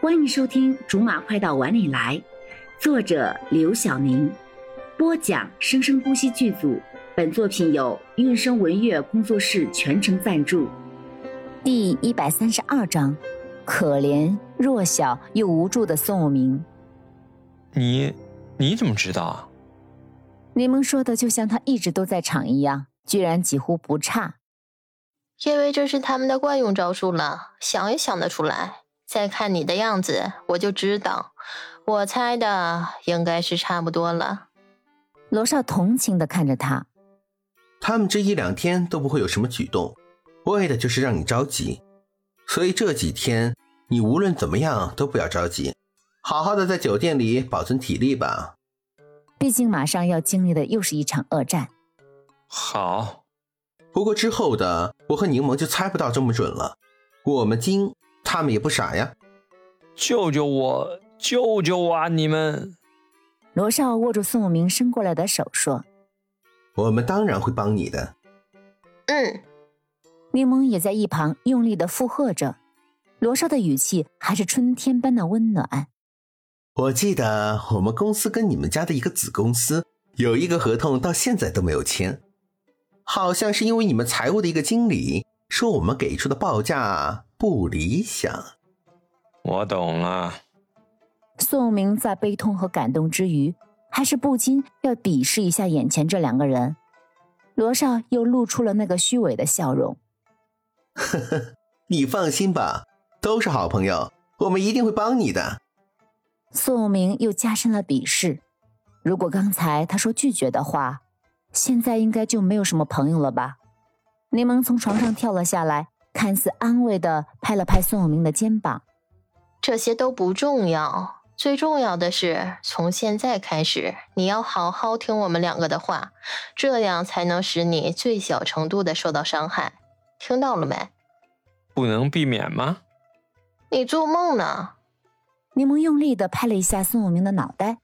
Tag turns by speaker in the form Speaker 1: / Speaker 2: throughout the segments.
Speaker 1: 欢迎收听《竹马快到碗里来》，作者刘晓宁，播讲生生不息剧组。本作品由韵声文乐工作室全程赞助。
Speaker 2: 第一百三十二章，可怜、弱小又无助的宋武明。
Speaker 3: 你你怎么知道啊？
Speaker 2: 柠檬说的就像他一直都在场一样，居然几乎不差。
Speaker 4: 因为这是他们的惯用招数了，想也想得出来。再看你的样子，我就知道，我猜的应该是差不多了。
Speaker 2: 罗少同情的看着他，
Speaker 5: 他们这一两天都不会有什么举动，为的就是让你着急。所以这几天你无论怎么样都不要着急，好好的在酒店里保存体力吧。
Speaker 2: 毕竟马上要经历的又是一场恶战。
Speaker 3: 好，
Speaker 5: 不过之后的我和柠檬就猜不到这么准了，我们精，他们也不傻呀。
Speaker 3: 救救我，救救我啊！你们，
Speaker 2: 罗少握住宋武明伸过来的手说
Speaker 5: 我们当然会帮你的。
Speaker 4: 嗯，：“
Speaker 2: 柠檬也在一旁用力的附和着。”罗少的语气还是春天般的温暖。
Speaker 5: 我记得我们公司跟你们家的一个子公司有一个合同到现在都没有签，好像是因为你们财务的一个经理说我们给出的报价不理想。
Speaker 3: 我懂了。
Speaker 2: 宋武明在悲痛和感动之余，还是不禁要鄙视一下眼前这两个人。罗少又露出了那个虚伪的笑容。
Speaker 5: 你放心吧，都是好朋友，我们一定会帮你的。
Speaker 2: 宋武明又加深了鄙视。如果刚才他说拒绝的话，现在应该就没有什么朋友了吧？柠檬从床上跳了下来，看似安慰的拍了拍宋武明的肩膀。
Speaker 4: 这些都不重要，最重要的是从现在开始，你要好好听我们两个的话，这样才能使你最小程度的受到伤害。听到了没？
Speaker 3: 不能避免吗？
Speaker 4: 你做梦呢？
Speaker 2: 柠檬用力的拍了一下宋武明的脑袋。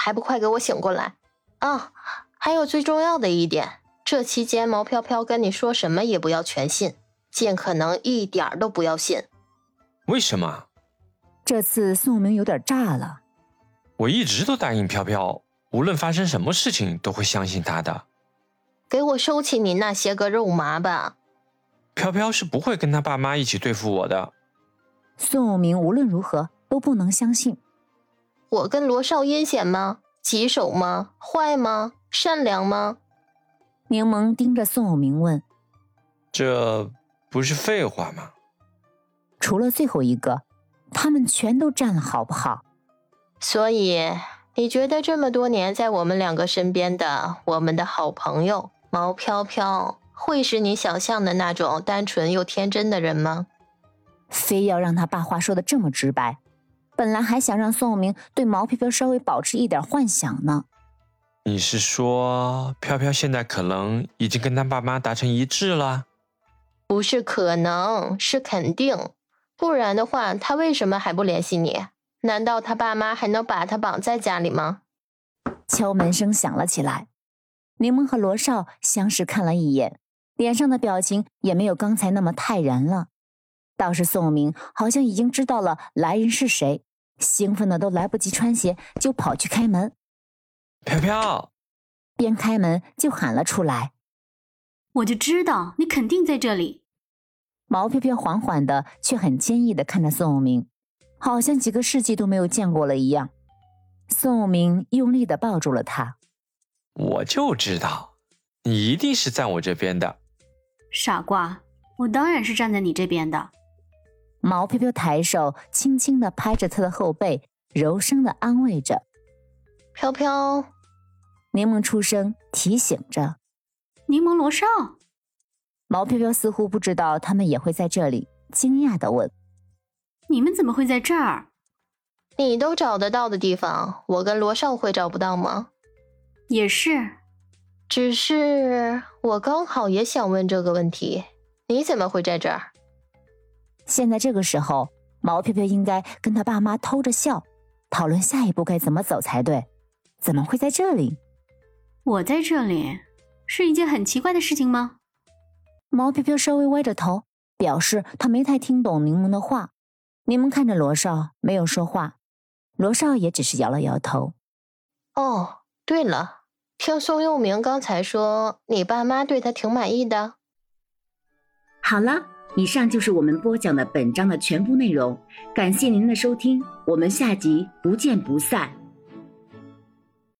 Speaker 4: 还不快给我醒过来！啊，还有最重要的一点，这期间毛飘飘跟你说什么也不要全信，尽可能一点儿都不要信。
Speaker 3: 为什么？
Speaker 2: 这次宋武明有点炸了。
Speaker 3: 我一直都答应飘飘，无论发生什么事情都会相信她的。
Speaker 4: 给我收起你那些个肉麻吧！
Speaker 3: 飘飘是不会跟她爸妈一起对付我的。
Speaker 2: 宋武明无论如何都不能相信。
Speaker 4: 我跟罗少阴险吗？棘手吗？坏吗？善良吗？
Speaker 2: 柠檬盯着宋武明问，
Speaker 3: 这不是废话吗？
Speaker 2: 除了最后一个，他们全都占了，好不好？
Speaker 4: 所以你觉得这么多年在我们两个身边的我们的好朋友毛飘飘，会是你想象的那种单纯又天真的人吗？
Speaker 2: 非要让他把话说的这么直白。本来还想让宋武明对毛飘飘稍微保持一点幻想呢，
Speaker 3: 你是说飘飘现在可能已经跟她爸妈达成一致了？
Speaker 4: 不是可能，是肯定。不然的话，他为什么还不联系你？难道他爸妈还能把他绑在家里吗？
Speaker 2: 敲门声响了起来。柠檬和罗少相视看了一眼，脸上的表情也没有刚才那么泰然了。倒是宋武明好像已经知道了来人是谁，兴奋的都来不及穿鞋，就跑去开门，
Speaker 3: 飘飘，
Speaker 2: 边开门就喊了出来。
Speaker 6: 我就知道你肯定在这里。
Speaker 2: 毛飘飘缓缓的，却很坚毅的看着宋武明，好像几个世纪都没有见过了一样。宋武明用力的抱住了他，
Speaker 3: 我就知道，你一定是站我这边的。
Speaker 6: 傻瓜，我当然是站在你这边的。
Speaker 2: 毛飘飘抬手，轻轻的拍着他的后背，柔声的安慰着。
Speaker 4: 飘飘，
Speaker 2: 柠檬出声提醒着，
Speaker 6: 柠檬罗少，
Speaker 2: 毛飘飘似乎不知道他们也会在这里，惊讶的问
Speaker 6: 你们怎么会在这儿？
Speaker 4: 你都找得到的地方，我跟罗少会找不到吗？
Speaker 6: 也是，
Speaker 4: 只是我刚好也想问这个问题，你怎么会在这儿？：“
Speaker 2: 现在这个时候，毛飘飘应该跟他爸妈偷着笑，讨论下一步该怎么走才对，怎么会在这里？”
Speaker 6: 我在这里，是一件很奇怪的事情吗？
Speaker 2: 毛飘飘稍微歪着头，表示他没太听懂柠檬的话。
Speaker 7: 柠檬看着罗少，没有说话。罗少也只是摇了摇头。
Speaker 4: 哦，对了，听宋佑明刚才说你爸妈对他挺满意的。
Speaker 2: 好了，以上就是我们播讲的本章的全部内容，感谢您的收听，我们下集不见不散。